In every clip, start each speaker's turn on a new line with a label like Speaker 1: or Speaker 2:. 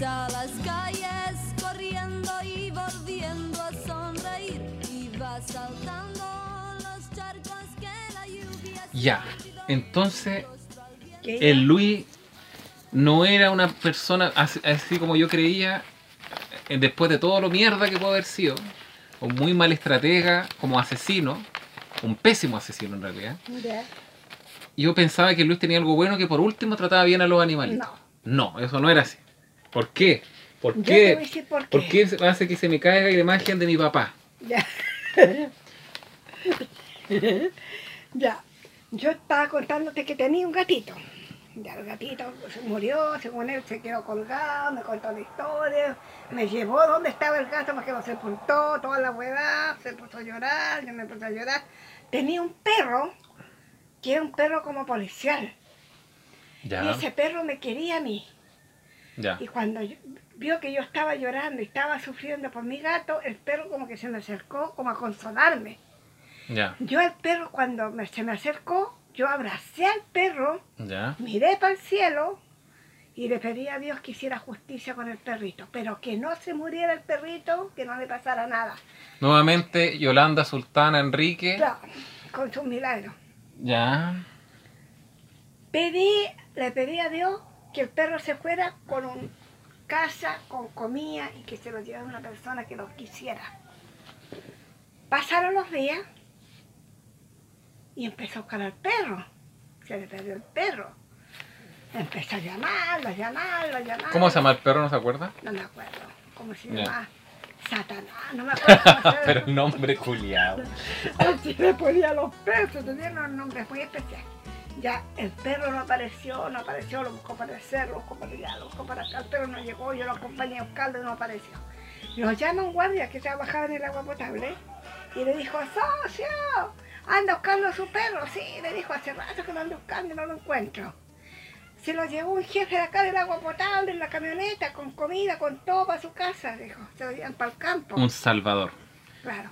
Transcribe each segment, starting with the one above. Speaker 1: las calles corriendo y volviendo a sonreír y va saltando los charcos que la lluvia
Speaker 2: Ya, entonces
Speaker 3: ¿Qué?
Speaker 2: el Luis no era una persona así, así como yo creía, eh, después de todo lo mierda que pudo haber sido, un muy mal estratega, como asesino, un pésimo asesino en realidad.
Speaker 3: Ya.
Speaker 2: Yo pensaba que Luis tenía algo bueno que por último trataba bien a los animales.
Speaker 3: No.
Speaker 2: No, eso no era así. ¿Por qué? ¿Por
Speaker 3: Yo
Speaker 2: qué?
Speaker 3: te voy a decir por qué.
Speaker 2: ¿Por qué se- hace que se me caiga la imagen de mi papá?
Speaker 3: Ya. ya. Yo estaba contándote que tenía un gatito. Ya el gatito se murió, según él se quedó colgado, me contó la historia, me llevó donde estaba el gato porque lo sepultó, toda la huevada, se puso a llorar, yo me puse a llorar. Tenía un perro, que era un perro como policial, y
Speaker 2: Ya,
Speaker 3: ese perro me quería a mí.
Speaker 2: ya.
Speaker 3: Y cuando yo- vio que yo estaba llorando y estaba sufriendo por mi gato, el perro como que se me acercó como a consolarme.
Speaker 2: Ya,
Speaker 3: Yo al perro, cuando me- se me acercó, yo abracé al perro,
Speaker 2: ya,
Speaker 3: miré para el cielo y le pedí a Dios que hiciera justicia con el perrito, pero que no se muriera el perrito, que no le pasara nada.
Speaker 2: Nuevamente, Yolanda, Sultana, Enrique.
Speaker 3: Claro, Ah, con sus milagros.
Speaker 2: Ya,
Speaker 3: Pedí, le pedí a Dios que el perro se fuera con un casa, con comida y que se lo llevara una persona que lo quisiera. Pasaron los días y empezó a buscar al perro. Se le perdió el perro. Empezó a llamarlo, a llamarlo, a llamarlo.
Speaker 2: ¿Cómo se llama el perro? ¿No se acuerda?
Speaker 3: No me acuerdo. ¿Cómo se
Speaker 2: Ya.
Speaker 3: llama? Satanás, no me acuerdo.
Speaker 2: Pero el nombre culiado.
Speaker 3: Así le ponía a los perros, tenía unos nombres muy especiales. Ya el perro no apareció, no apareció, lo buscó para el cerro, lo buscó para allá, lo buscó para acá, el perro no llegó, yo lo acompañé a buscarlo y no apareció. Nos llama un guardia que trabajaba en el agua potable y le dijo, socio, anda buscando a su perro. Sí, le dijo, hace rato que lo ando buscando y no lo encuentro. Se lo llevó un jefe de acá del agua potable en la camioneta, con comida, con todo para su casa, dijo. Se lo llevan para el campo.
Speaker 2: Un salvador.
Speaker 3: Claro.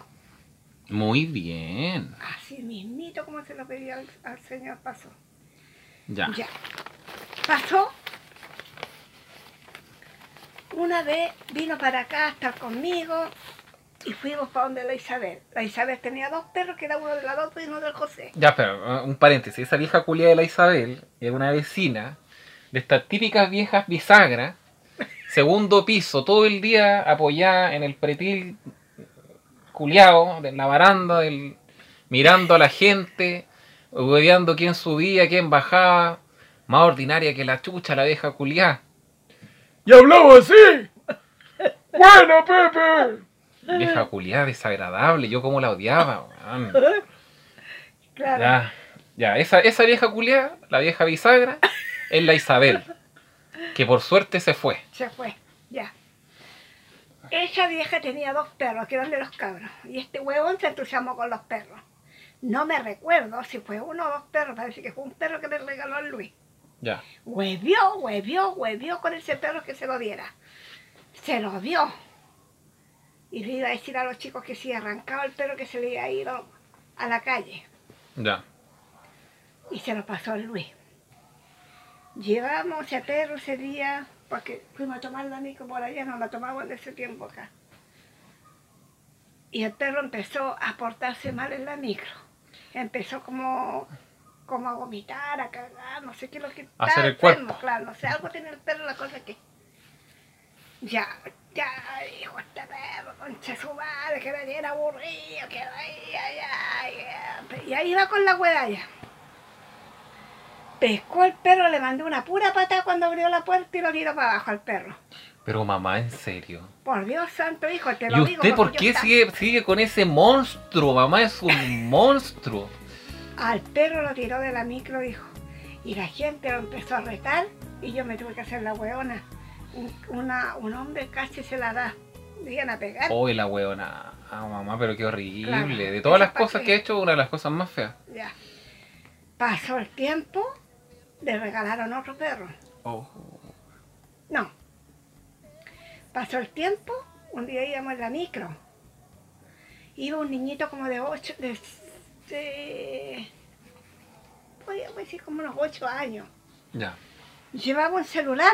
Speaker 2: Muy bien.
Speaker 3: Así mismito como se lo pedía al, al Señor pasó.
Speaker 2: Ya.
Speaker 3: Ya. Pasó. Una vez vino para acá a estar conmigo y fuimos para donde la Isabel. La Isabel tenía dos perros, que era uno de la otra y uno del José.
Speaker 2: Ya, pero eh, un paréntesis. Esa vieja culia de la Isabel es una vecina de estas típicas viejas bisagras, segundo piso, todo el día apoyada en el pretil culiao, en la baranda, del, mirando a la gente, hueveando quién subía, quién bajaba. Más ordinaria que la chucha, la vieja culiá.
Speaker 4: Y hablaba así. Bueno, Pepe.
Speaker 2: Vieja culiá, desagradable. Yo como la odiaba. weón.
Speaker 3: Claro.
Speaker 2: Ya, ya, esa, esa vieja culiada, la vieja bisagra, es la Isabel, que por suerte se fue.
Speaker 3: Se fue. Ya. Esa vieja tenía dos perros, que eran de los cabros. Y este huevón se entusiasmó con los perros. No me recuerdo si fue uno o dos perros, parece que fue un perro que me regaló el Luis.
Speaker 2: Ya,
Speaker 3: Huevió, huevió, huevió con ese perro que se lo diera. Se lo dio. Y le iba a decir a los chicos que si arrancaba el perro que se le iba a ir a a la calle.
Speaker 2: ya,
Speaker 3: Y se lo pasó a Luis. Llevamos ese perro ese día, porque fuimos a tomar la mico por allá, nos la tomamos en ese tiempo acá. Y el perro empezó a portarse mal en la micro. Empezó como, como a vomitar, a cagar, no sé qué es lo que
Speaker 2: A
Speaker 3: estaba
Speaker 2: hacer el
Speaker 3: enfermo,
Speaker 2: cuerpo.
Speaker 3: Claro, no sé, algo tiene el perro, la cosa que. Ya, ya, dijo este perro, concha su madre, que me tiene aburrido, que ay, ay, ay, ay. Y ahí va con la huedalla. Pescó el perro, le mandó una pura patada cuando abrió la puerta y lo tiró para abajo al perro.
Speaker 2: pero mamá, en serio.
Speaker 3: Por Dios santo, hijo, te
Speaker 2: ¿Y
Speaker 3: lo digo.
Speaker 2: usted por
Speaker 3: porque
Speaker 2: qué
Speaker 3: yo estaba-
Speaker 2: sigue, sigue con ese monstruo? Mamá es un monstruo.
Speaker 3: Al perro lo tiró de la micro, hijo. Y la gente lo empezó a retar y yo me tuve que hacer la hueona. Un- Una, un hombre casi se la da. Le iban a pegar.
Speaker 2: Hoy la weona. Ah, mamá, pero qué horrible.
Speaker 3: Claro,
Speaker 2: de todas las
Speaker 3: esa parte.
Speaker 2: cosas que he hecho, una de las cosas más feas.
Speaker 3: Ya. Pasó el tiempo, le regalaron otro perro.
Speaker 2: Oh.
Speaker 3: No. Pasó el tiempo, un día íbamos en la micro. Iba un niñito como de 8, de, de- podríamos decir como unos 8 años.
Speaker 2: Ya,
Speaker 3: Llevaba un celular,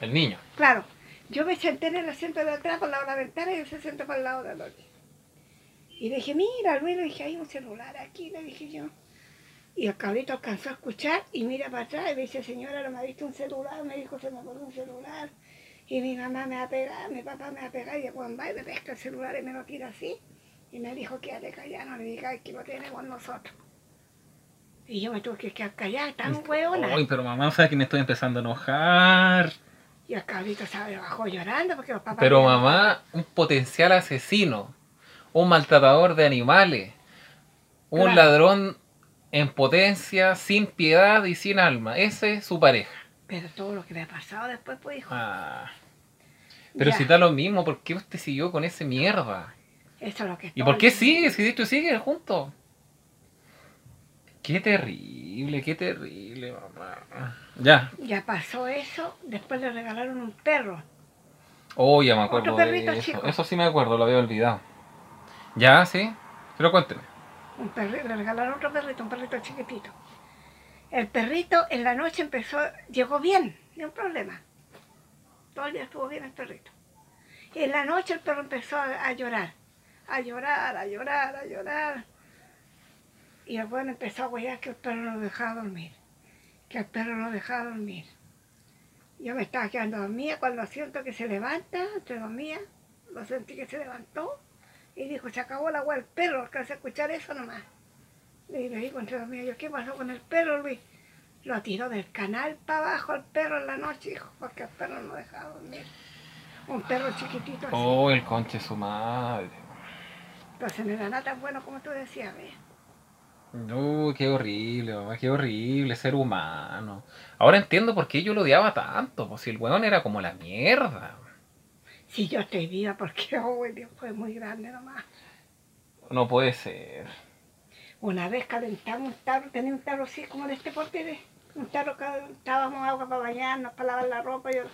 Speaker 2: el niño.
Speaker 3: claro, Yo me senté en el asiento de atrás para la ventana y él se sentó para el lado de la noche. Y le dije, mira, Luis, le dije, hay un celular aquí, le dije yo. Y el cabrito alcanzó a escuchar y mira para atrás y me dice, señora, no me ha visto un celular, me dijo, se me acordó un celular. Y mi mamá me va a pegar, mi papá me va a pegar y Juan va y me pesca el celular y me lo tira así. Y me dijo, quédate callado, no le digas que lo tenemos nosotros. Y yo me tuve que quedar callada, tan hueona.
Speaker 2: Ay, pero mamá, sabes que me estoy empezando a enojar.
Speaker 3: Y el cabrito se bajó llorando porque los papás...
Speaker 2: Pero mamá, un potencial asesino, un maltratador de animales, un
Speaker 3: Claro.
Speaker 2: ladrón en potencia, sin piedad y sin alma. Ese es su pareja.
Speaker 3: Pero todo lo que me ha pasado después, pues, hijo.
Speaker 2: Ah, pero
Speaker 3: ya,
Speaker 2: si da lo mismo, ¿por qué usted siguió con ese mierda?
Speaker 3: Eso es lo que
Speaker 2: ¿Y por qué
Speaker 3: estoy-
Speaker 2: sigue? Si de hecho siguen juntos. Qué terrible, qué terrible, mamá. Ya.
Speaker 3: Ya pasó eso, después le regalaron un perro.
Speaker 2: Oh, ya me acuerdo
Speaker 3: Otro
Speaker 2: de
Speaker 3: perrito
Speaker 2: eso.
Speaker 3: chico.
Speaker 2: Eso sí me acuerdo, lo había olvidado. Ya, sí. Pero cuénteme.
Speaker 3: Un perri- le regalaron otro perrito, un perrito chiquitito. El perrito en la noche empezó, llegó bien, ni un problema. Todo el día estuvo bien el perrito. Y en la noche el perro empezó a, a llorar, a llorar, a llorar, a llorar. Y el bueno empezó a huellar que el perro no lo dejaba dormir, que el perro no lo dejaba dormir. Yo me estaba quedando dormida cuando siento que se levanta, se dormía, lo sentí que se levantó y dijo, se acabó la agua del perro, alcancé a escuchar eso nomás. Y le digo entre los míos, yo, ¿qué pasó con el perro, Luis? Lo tiró del canal para abajo al perro en la noche, hijo, porque el perro no dejaba dormir. Un perro chiquitito así.
Speaker 2: Oh, el conche su madre.
Speaker 3: Entonces no era nada tan bueno como tú decías, ¿ves?
Speaker 2: No, qué horrible, mamá, qué horrible, ser humano. Ahora entiendo por qué yo lo odiaba tanto, pues si el weón era como la mierda.
Speaker 3: Si yo estoy viva, porque oh, el Dios fue muy grande nomás.
Speaker 2: No puede ser.
Speaker 3: Una vez calentamos un tarro, tenía un tarro así como de este porte, ¿ves? un tarro calentábamos agua para bañarnos, para lavar la ropa. Yo...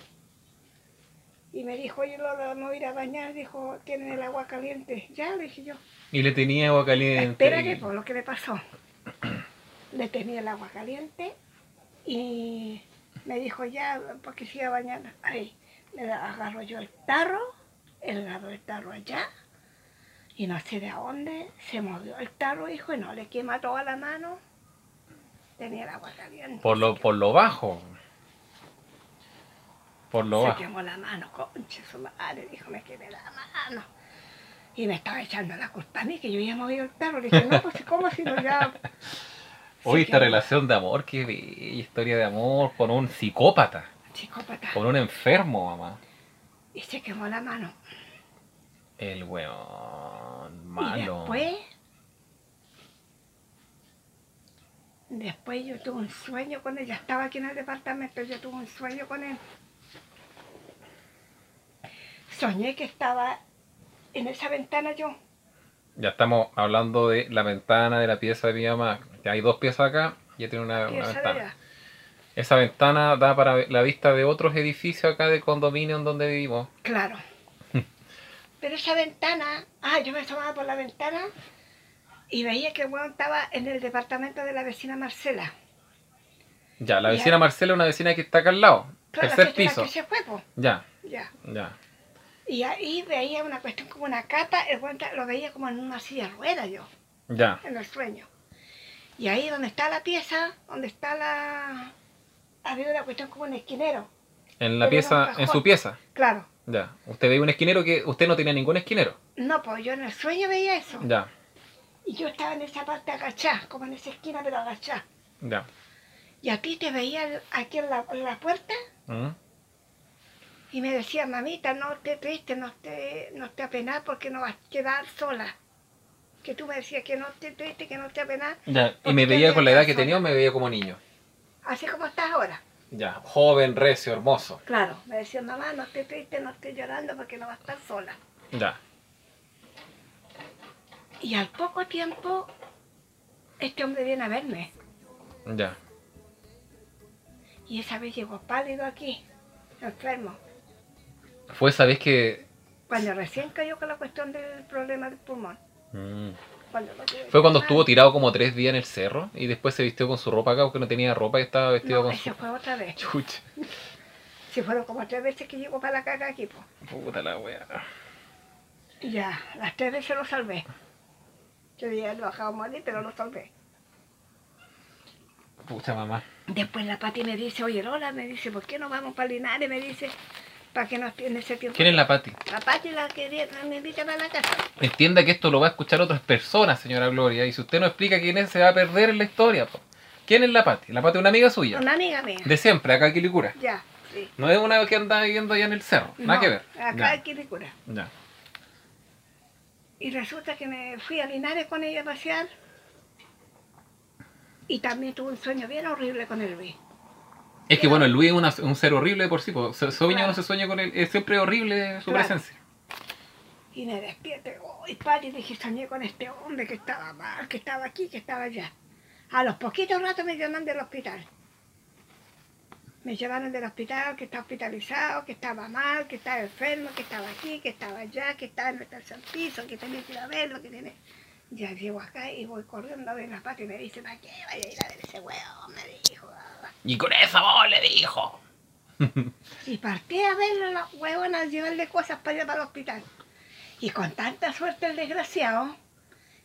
Speaker 3: Y me dijo, oye, Lola, no voy a ir a bañar, dijo, tienen el agua caliente. Ya, le dije yo,
Speaker 2: Y le tenía agua caliente.
Speaker 3: espérate
Speaker 2: y-
Speaker 3: por lo que me pasó. Le tenía el agua caliente y me dijo, ya, porque si iba a bañar, ahí, le agarro yo el tarro, él agarró el tarro allá. Y no sé de dónde se movió el tarro, hijo, y no le quema toda la mano. Tenía el agua caliente.
Speaker 2: Por lo, por lo bajo. Por lo
Speaker 3: Se
Speaker 2: bajo.
Speaker 3: quemó la mano, conche su madre, dijo, me quemé la mano. Y me estaba echando la culpa a mí, que yo había movido el perro. Le dije, no, pues, ¿cómo si no ya...?
Speaker 2: Hoy
Speaker 3: Se
Speaker 2: esta
Speaker 3: quemó.
Speaker 2: relación de amor, qué bella historia de amor con un psicópata,
Speaker 3: Psicópata.
Speaker 2: con un enfermo, mamá.
Speaker 3: Y se quemó la mano.
Speaker 2: El weón
Speaker 3: Y
Speaker 2: malo.
Speaker 3: después... Después yo tuve un sueño con él. Ya estaba aquí en el departamento, yo tuve un sueño con él. Soñé que estaba en esa ventana yo.
Speaker 2: Ya estamos hablando de la ventana de la pieza de mi mamá. Ya hay dos piezas acá, ya tiene una,
Speaker 3: y
Speaker 2: una
Speaker 3: esa
Speaker 2: ventana.
Speaker 3: era-
Speaker 2: Esa ventana da para ve- la vista de otros edificios acá de condominio en donde vivimos.
Speaker 3: Claro.
Speaker 2: Mm.
Speaker 3: Pero esa ventana, ah, yo me asomaba por la ventana y veía que el weón estaba en el departamento de la vecina Marcela.
Speaker 2: Ya, la
Speaker 3: Ya.
Speaker 2: vecina Marcela es una vecina que está acá al lado.
Speaker 3: Claro, la
Speaker 2: tercer
Speaker 3: que- la
Speaker 2: piso.
Speaker 3: que se fue, po.
Speaker 2: Ya,
Speaker 3: Ya.
Speaker 2: ya.
Speaker 3: Y ahí veía una cuestión como una capa, el weón ta- lo veía como en una silla de rueda yo,
Speaker 2: Ya.
Speaker 3: en el sueño. Y ahí donde está la pieza, donde está la... Había una cuestión como un esquinero,
Speaker 2: En la
Speaker 3: Pero era un
Speaker 2: pieza, en
Speaker 3: cajón.
Speaker 2: su pieza.
Speaker 3: claro.
Speaker 2: Ya. Usted ve un esquinero que usted no tenía ningún esquinero.
Speaker 3: No, pues yo en el sueño veía eso.
Speaker 2: Ya,
Speaker 3: Y yo estaba en esa parte agachada, como en esa esquina, pero agachada.
Speaker 2: ya.
Speaker 3: Y a ti te veía el- aquí en la, en la puerta
Speaker 2: Mm.
Speaker 3: y me decía, mamita, no te triste, no te, no te apenas porque no vas a quedar sola. Que tú me decías que no te triste, que no te apenas,
Speaker 2: Ya. Y
Speaker 3: Porque
Speaker 2: me veía
Speaker 3: había
Speaker 2: con la edad que
Speaker 3: personas.
Speaker 2: tenía o me veía como niño.
Speaker 3: así como estás ahora.
Speaker 2: Ya. Joven, recio, hermoso.
Speaker 3: Claro. Me decía, mamá, no te triste, no estés llorando porque no vas a estar sola.
Speaker 2: Ya.
Speaker 3: Y al poco tiempo, este hombre viene a verme.
Speaker 2: Ya.
Speaker 3: Y esa vez llegó pálido aquí, enfermo.
Speaker 2: Fue esa vez que.
Speaker 3: Cuando recién cayó con la cuestión del problema del pulmón.
Speaker 2: Mm.
Speaker 3: Cuando lo tuve
Speaker 2: Fue cuando
Speaker 3: mal.
Speaker 2: estuvo tirado como tres días en el cerro y después se vistió con su ropa acá porque no tenía ropa y estaba vestido
Speaker 3: No,
Speaker 2: con
Speaker 3: ese
Speaker 2: su
Speaker 3: fue otra vez.
Speaker 2: chucha.
Speaker 3: Si fueron como tres veces que llegó para la caca aquí, po.
Speaker 2: Puta la wea.
Speaker 3: Ya, las tres veces lo salvé. Yo ya lo dejaba morir, pero lo salvé.
Speaker 2: Pucha mamá.
Speaker 3: Después la Pati me dice, oye Lola, me dice, ¿por qué no vamos para Linares? Me dice, para que nos tiene ese tiempo.
Speaker 2: ¿Quién es la Pati?
Speaker 3: La Pati la que di- me invita para la casa.
Speaker 2: Entienda que esto lo va a escuchar otras personas, señora Gloria. Y si usted no explica quién es, se va a perder en la historia. po. ¿Quién es la Pati? La Pati es una amiga suya.
Speaker 3: Una amiga mía.
Speaker 2: De siempre, acá en Quilicura.
Speaker 3: Ya, sí.
Speaker 2: No es una que anda viviendo allá en el cerro. Nada
Speaker 3: No,
Speaker 2: que ver.
Speaker 3: Acá
Speaker 2: Ya,
Speaker 3: hay que cura.
Speaker 2: ya.
Speaker 3: Y resulta que me fui a Linares con ella a pasear. Y también tuve un sueño bien horrible con el Luis.
Speaker 2: Es que bueno, el Luis es una- un ser horrible de por sí. po. Se- Sueño
Speaker 3: Claro.
Speaker 2: no se sueña con él. Es siempre horrible su
Speaker 3: Claro.
Speaker 2: presencia.
Speaker 3: Y me despierto, y Pati, dije, soñé con este hombre que estaba mal, que estaba aquí, que estaba allá. A los poquitos ratos me llaman del hospital. Me llamaron del hospital, que está hospitalizado, que estaba mal, que estaba enfermo, que estaba aquí, que estaba allá, que estaba en el tercer piso, que tenía que ir a verlo, que tenía... Ya llego acá y voy corriendo a ver la Pati y me dice, ¿para qué vaya a ir a ver ese huevo? Me dijo.
Speaker 2: Y con esa voz le dijo.
Speaker 3: Y partí a verlo, la huevona, a llevarle cosas para allá para el hospital. Y con tanta suerte el desgraciado,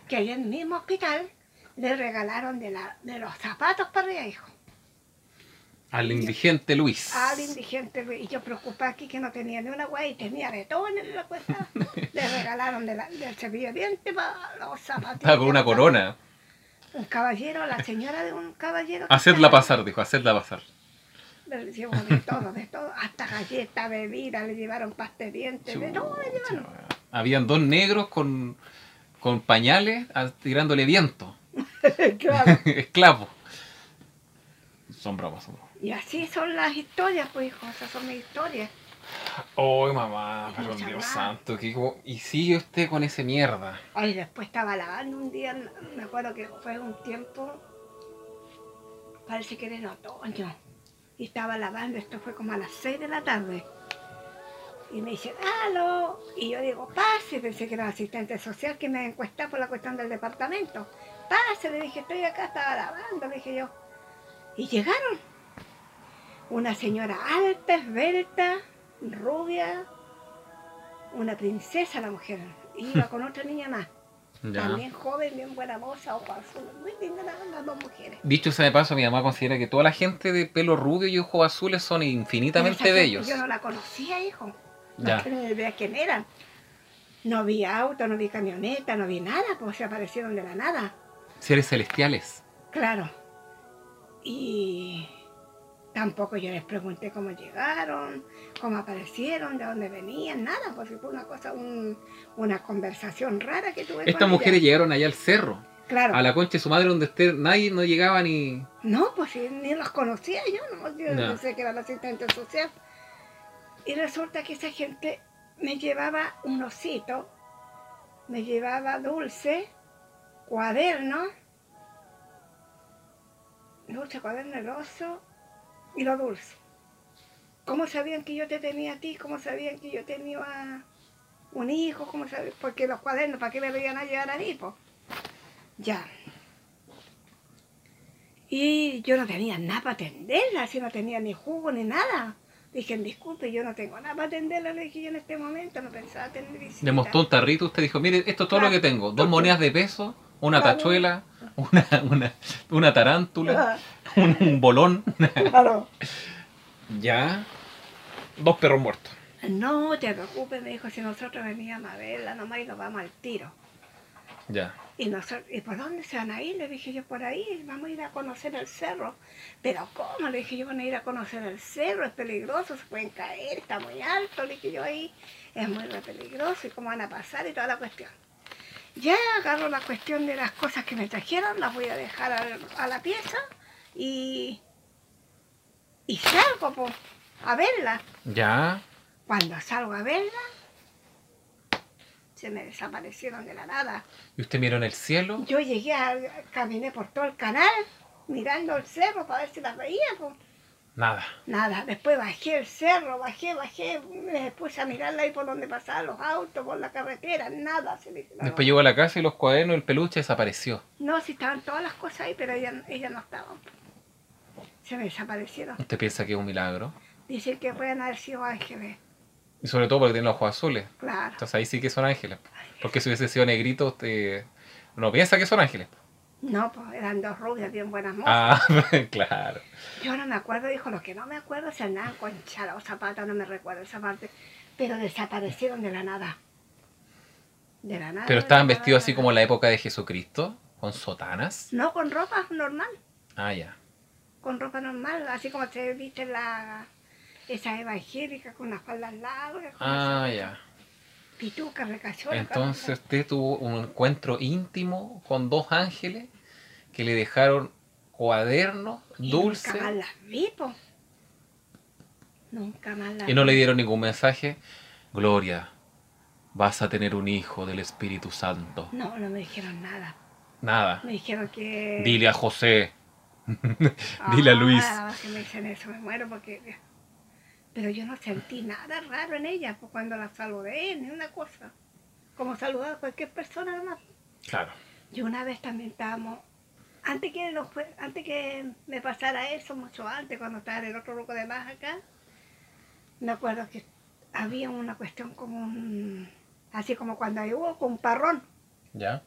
Speaker 3: que ahí en el mismo hospital le regalaron de, la, de los zapatos para allá, hijo,
Speaker 2: Al indigente Luis.
Speaker 3: al indigente. Luis. Y yo preocupada aquí que no tenía ni una hueá y tenía de todo en la cuesta. le regalaron de la- del cepillo de dientes para los zapatos.
Speaker 2: Estaba Ah, con una corona.
Speaker 3: Un caballero, la señora de un caballero. que
Speaker 2: Hacedla
Speaker 3: estaba-
Speaker 2: pasar, dijo, hacedla pasar.
Speaker 3: Le llevó de todo, de todo, hasta galletas, bebidas, le llevaron pasta de dientes, de todo le llevaron.
Speaker 2: Habían dos negros con, con pañales a- tirándole viento.
Speaker 3: claro.
Speaker 2: Esclavos. Son bromas, son bromas.
Speaker 3: Y así son las historias, pues hijo, esas son mis historias.
Speaker 2: Ay, mamá, pero
Speaker 3: Mucha
Speaker 2: Dios
Speaker 3: más.
Speaker 2: santo. que como- y sigue usted con ese mierda.
Speaker 3: Ay, después estaba lavando un día, me acuerdo que fue un tiempo, parece que era en otoño, y estaba lavando, esto fue como a las 6 de la tarde. Y me dicen, ¡halo! Y yo digo, pase, pensé que era asistente social que me encuestaba por la cuestión del departamento. Pase, le dije, estoy acá, estaba lavando, le dije yo. Y llegaron. Una señora alta, esbelta, rubia, una princesa la mujer. Y iba con otra niña más.
Speaker 2: Ya.
Speaker 3: También joven, bien buena moza, ojo azul. Muy linda la- las dos mujeres.
Speaker 2: Dicho sea de paso, mi mamá considera que toda la gente de pelo rubio y ojos azules son infinitamente
Speaker 3: Pero esa
Speaker 2: bellos.
Speaker 3: gente Yo no la conocía, hijo. No
Speaker 2: Ya.
Speaker 3: tenía idea quién eran. No vi auto, no vi camioneta, no vi nada, pues se aparecieron de la nada.
Speaker 2: Seres celestiales.
Speaker 3: Claro. Y tampoco yo les pregunté cómo llegaron, cómo aparecieron, de dónde venían, nada, porque fue una cosa, un- una conversación rara que tuve.
Speaker 2: Estas mujeres llegaron allá al cerro,
Speaker 3: llegaron. Claro.
Speaker 2: a la concha de su madre, donde usted, nadie no llegaba ni.
Speaker 3: No, pues sí, ni los conocía yo, no, yo
Speaker 2: No.
Speaker 3: no. sé que eran asistentes social. Y resulta que esa gente me llevaba un osito, me llevaba dulce, cuaderno, dulce, cuaderno, el oso y lo dulce. ¿Cómo sabían que yo te tenía a ti? ¿Cómo sabían que yo tenía a un hijo? ¿Cómo sabían? Porque los cuadernos, ¿para qué me veían a llegar a mí? po? Ya. Y yo no tenía nada para atenderla, si no tenía ni jugo ni nada. Dije, disculpe, yo no tengo nada para atenderla, le dije yo en este momento, no pensaba atender visita.
Speaker 2: Le mostró un tarrito, usted dijo, mire, esto es todo lo que tengo. Dos monedas de peso, una
Speaker 3: Claro.
Speaker 2: tachuela, una, una, una tarántula, un, un bolón.
Speaker 3: Ah, Claro.
Speaker 2: Ya. Dos perros muertos.
Speaker 3: No te preocupes, me dijo, si nosotros veníamos a verla nomás y nos vamos al tiro.
Speaker 2: Ya.
Speaker 3: Y nosotros, ¿y por dónde se van a ir? Le dije yo, por ahí, vamos a ir a conocer el cerro. Pero ¿cómo? Le dije yo, van a ir a conocer el cerro, es peligroso, se pueden caer, está muy alto. Le dije yo, ahí es muy re peligroso y cómo van a pasar y toda la cuestión. Ya agarro la cuestión de las cosas que me trajeron, las voy a dejar al- a, la pieza y, y salgo po, a verla.
Speaker 2: Ya.
Speaker 3: Cuando salgo a verla, se me desaparecieron de la nada.
Speaker 2: Y usted miró en el cielo.
Speaker 3: Yo llegué, a- caminé por todo el canal, mirando el cerro para ver si las veía. po.
Speaker 2: Nada.
Speaker 3: Nada, después bajé el cerro, bajé, bajé, me puse a mirarla ahí por donde pasaban los autos, por la carretera, nada. Se me- no,
Speaker 2: Después llegó a la casa y los cuadernos, el peluche desapareció.
Speaker 3: no, sí estaban todas las cosas ahí, pero ella, ella no estaba. pues. Se me desaparecieron.
Speaker 2: ¿Usted piensa que es un milagro?
Speaker 3: Dicen que pueden haber sido ángeles,
Speaker 2: Y sobre todo porque tienen los ojos azules.
Speaker 3: claro.
Speaker 2: Entonces ahí sí que son ángeles. Porque si hubiese sido negrito, usted no piensa que son ángeles.
Speaker 3: No, pues eran dos rubias bien buenas modas.
Speaker 2: Ah, claro.
Speaker 3: Yo no me acuerdo, dijo, lo que no me acuerdo se andaban con chala o zapata, no me recuerdo esa parte, pero desaparecieron de la nada. De la nada.
Speaker 2: Pero
Speaker 3: de
Speaker 2: estaban
Speaker 3: la nada,
Speaker 2: vestidos
Speaker 3: de
Speaker 2: así
Speaker 3: la
Speaker 2: como en
Speaker 3: nada.
Speaker 2: la época de Jesucristo, con sotanas.
Speaker 3: No, con ropa normal,
Speaker 2: Ah, ya.
Speaker 3: con ropa normal, así como se viste la... Esas evangélicas con las faldas largas, con
Speaker 2: Ah,
Speaker 3: esas
Speaker 2: ya.
Speaker 3: pitucas, recacholas.
Speaker 2: Entonces usted tuvo un encuentro íntimo con dos ángeles que le dejaron cuadernos,
Speaker 3: Nunca más
Speaker 2: dulces,
Speaker 3: las vi, po. Nunca más las
Speaker 2: y no le dieron ningún mensaje. Gloria, vas a tener un hijo del Espíritu Santo.
Speaker 3: No, no me dijeron nada.
Speaker 2: Nada.
Speaker 3: Me dijeron que...
Speaker 2: Dile a José.
Speaker 3: Ah,
Speaker 2: Dile a Luis.
Speaker 3: nada más que me dicen eso, me muero porque... Pero yo no sentí nada raro en ella pues, cuando la saludé, ni una cosa. Como saludar a cualquier persona además.
Speaker 2: Claro.
Speaker 3: Yo una vez también estábamos... Antes que, nos fue- antes que me pasara eso, mucho antes, cuando estaba en el otro grupo de más acá, me acuerdo que había una cuestión como un... Así como cuando hay hubo un parrón,
Speaker 2: ¿Ya?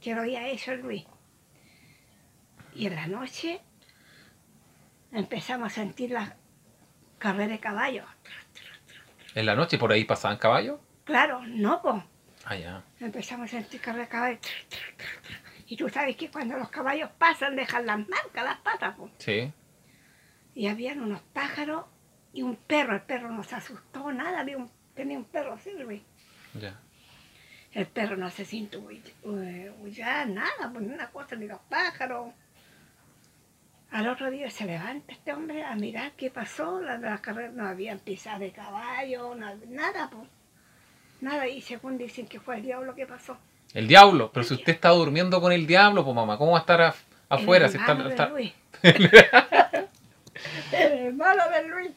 Speaker 3: que lo había hecho el Luis. Y en la noche empezamos a sentir la carrera de caballo.
Speaker 2: ¿En la noche por ahí pasaban caballos?
Speaker 3: Claro, no, po.
Speaker 2: Ah, ya.
Speaker 3: Empezamos a sentir carrera de caballo. Y tú sabes que cuando los caballos pasan dejan las marcas, las patas, po.
Speaker 2: Sí.
Speaker 3: Y habían unos pájaros y un perro. El perro nos asustó, nada. Había un- tenía un perro así, el Luis.
Speaker 2: Ya.
Speaker 3: El perro no se sintió ya nada, pues ni una cosa, ni los pájaros. Al otro día se levanta este hombre a mirar qué pasó, la- las carreras no habían pisado de caballo, no hab- nada, pues. Nada, y según dicen que fue el diablo que pasó.
Speaker 2: El diablo. Pero si usted está durmiendo con el diablo, pues mamá, ¿cómo va a estar af- afuera?
Speaker 3: el
Speaker 2: Si está,
Speaker 3: hermano de
Speaker 2: está-
Speaker 3: Luis. el hermano de Luis.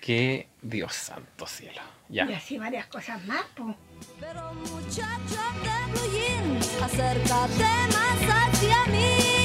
Speaker 2: Que Dios santo cielo. Ya.
Speaker 3: Y así varias cosas más, pues.
Speaker 1: Pero muchacho de blue jean, acércate más hacia mí.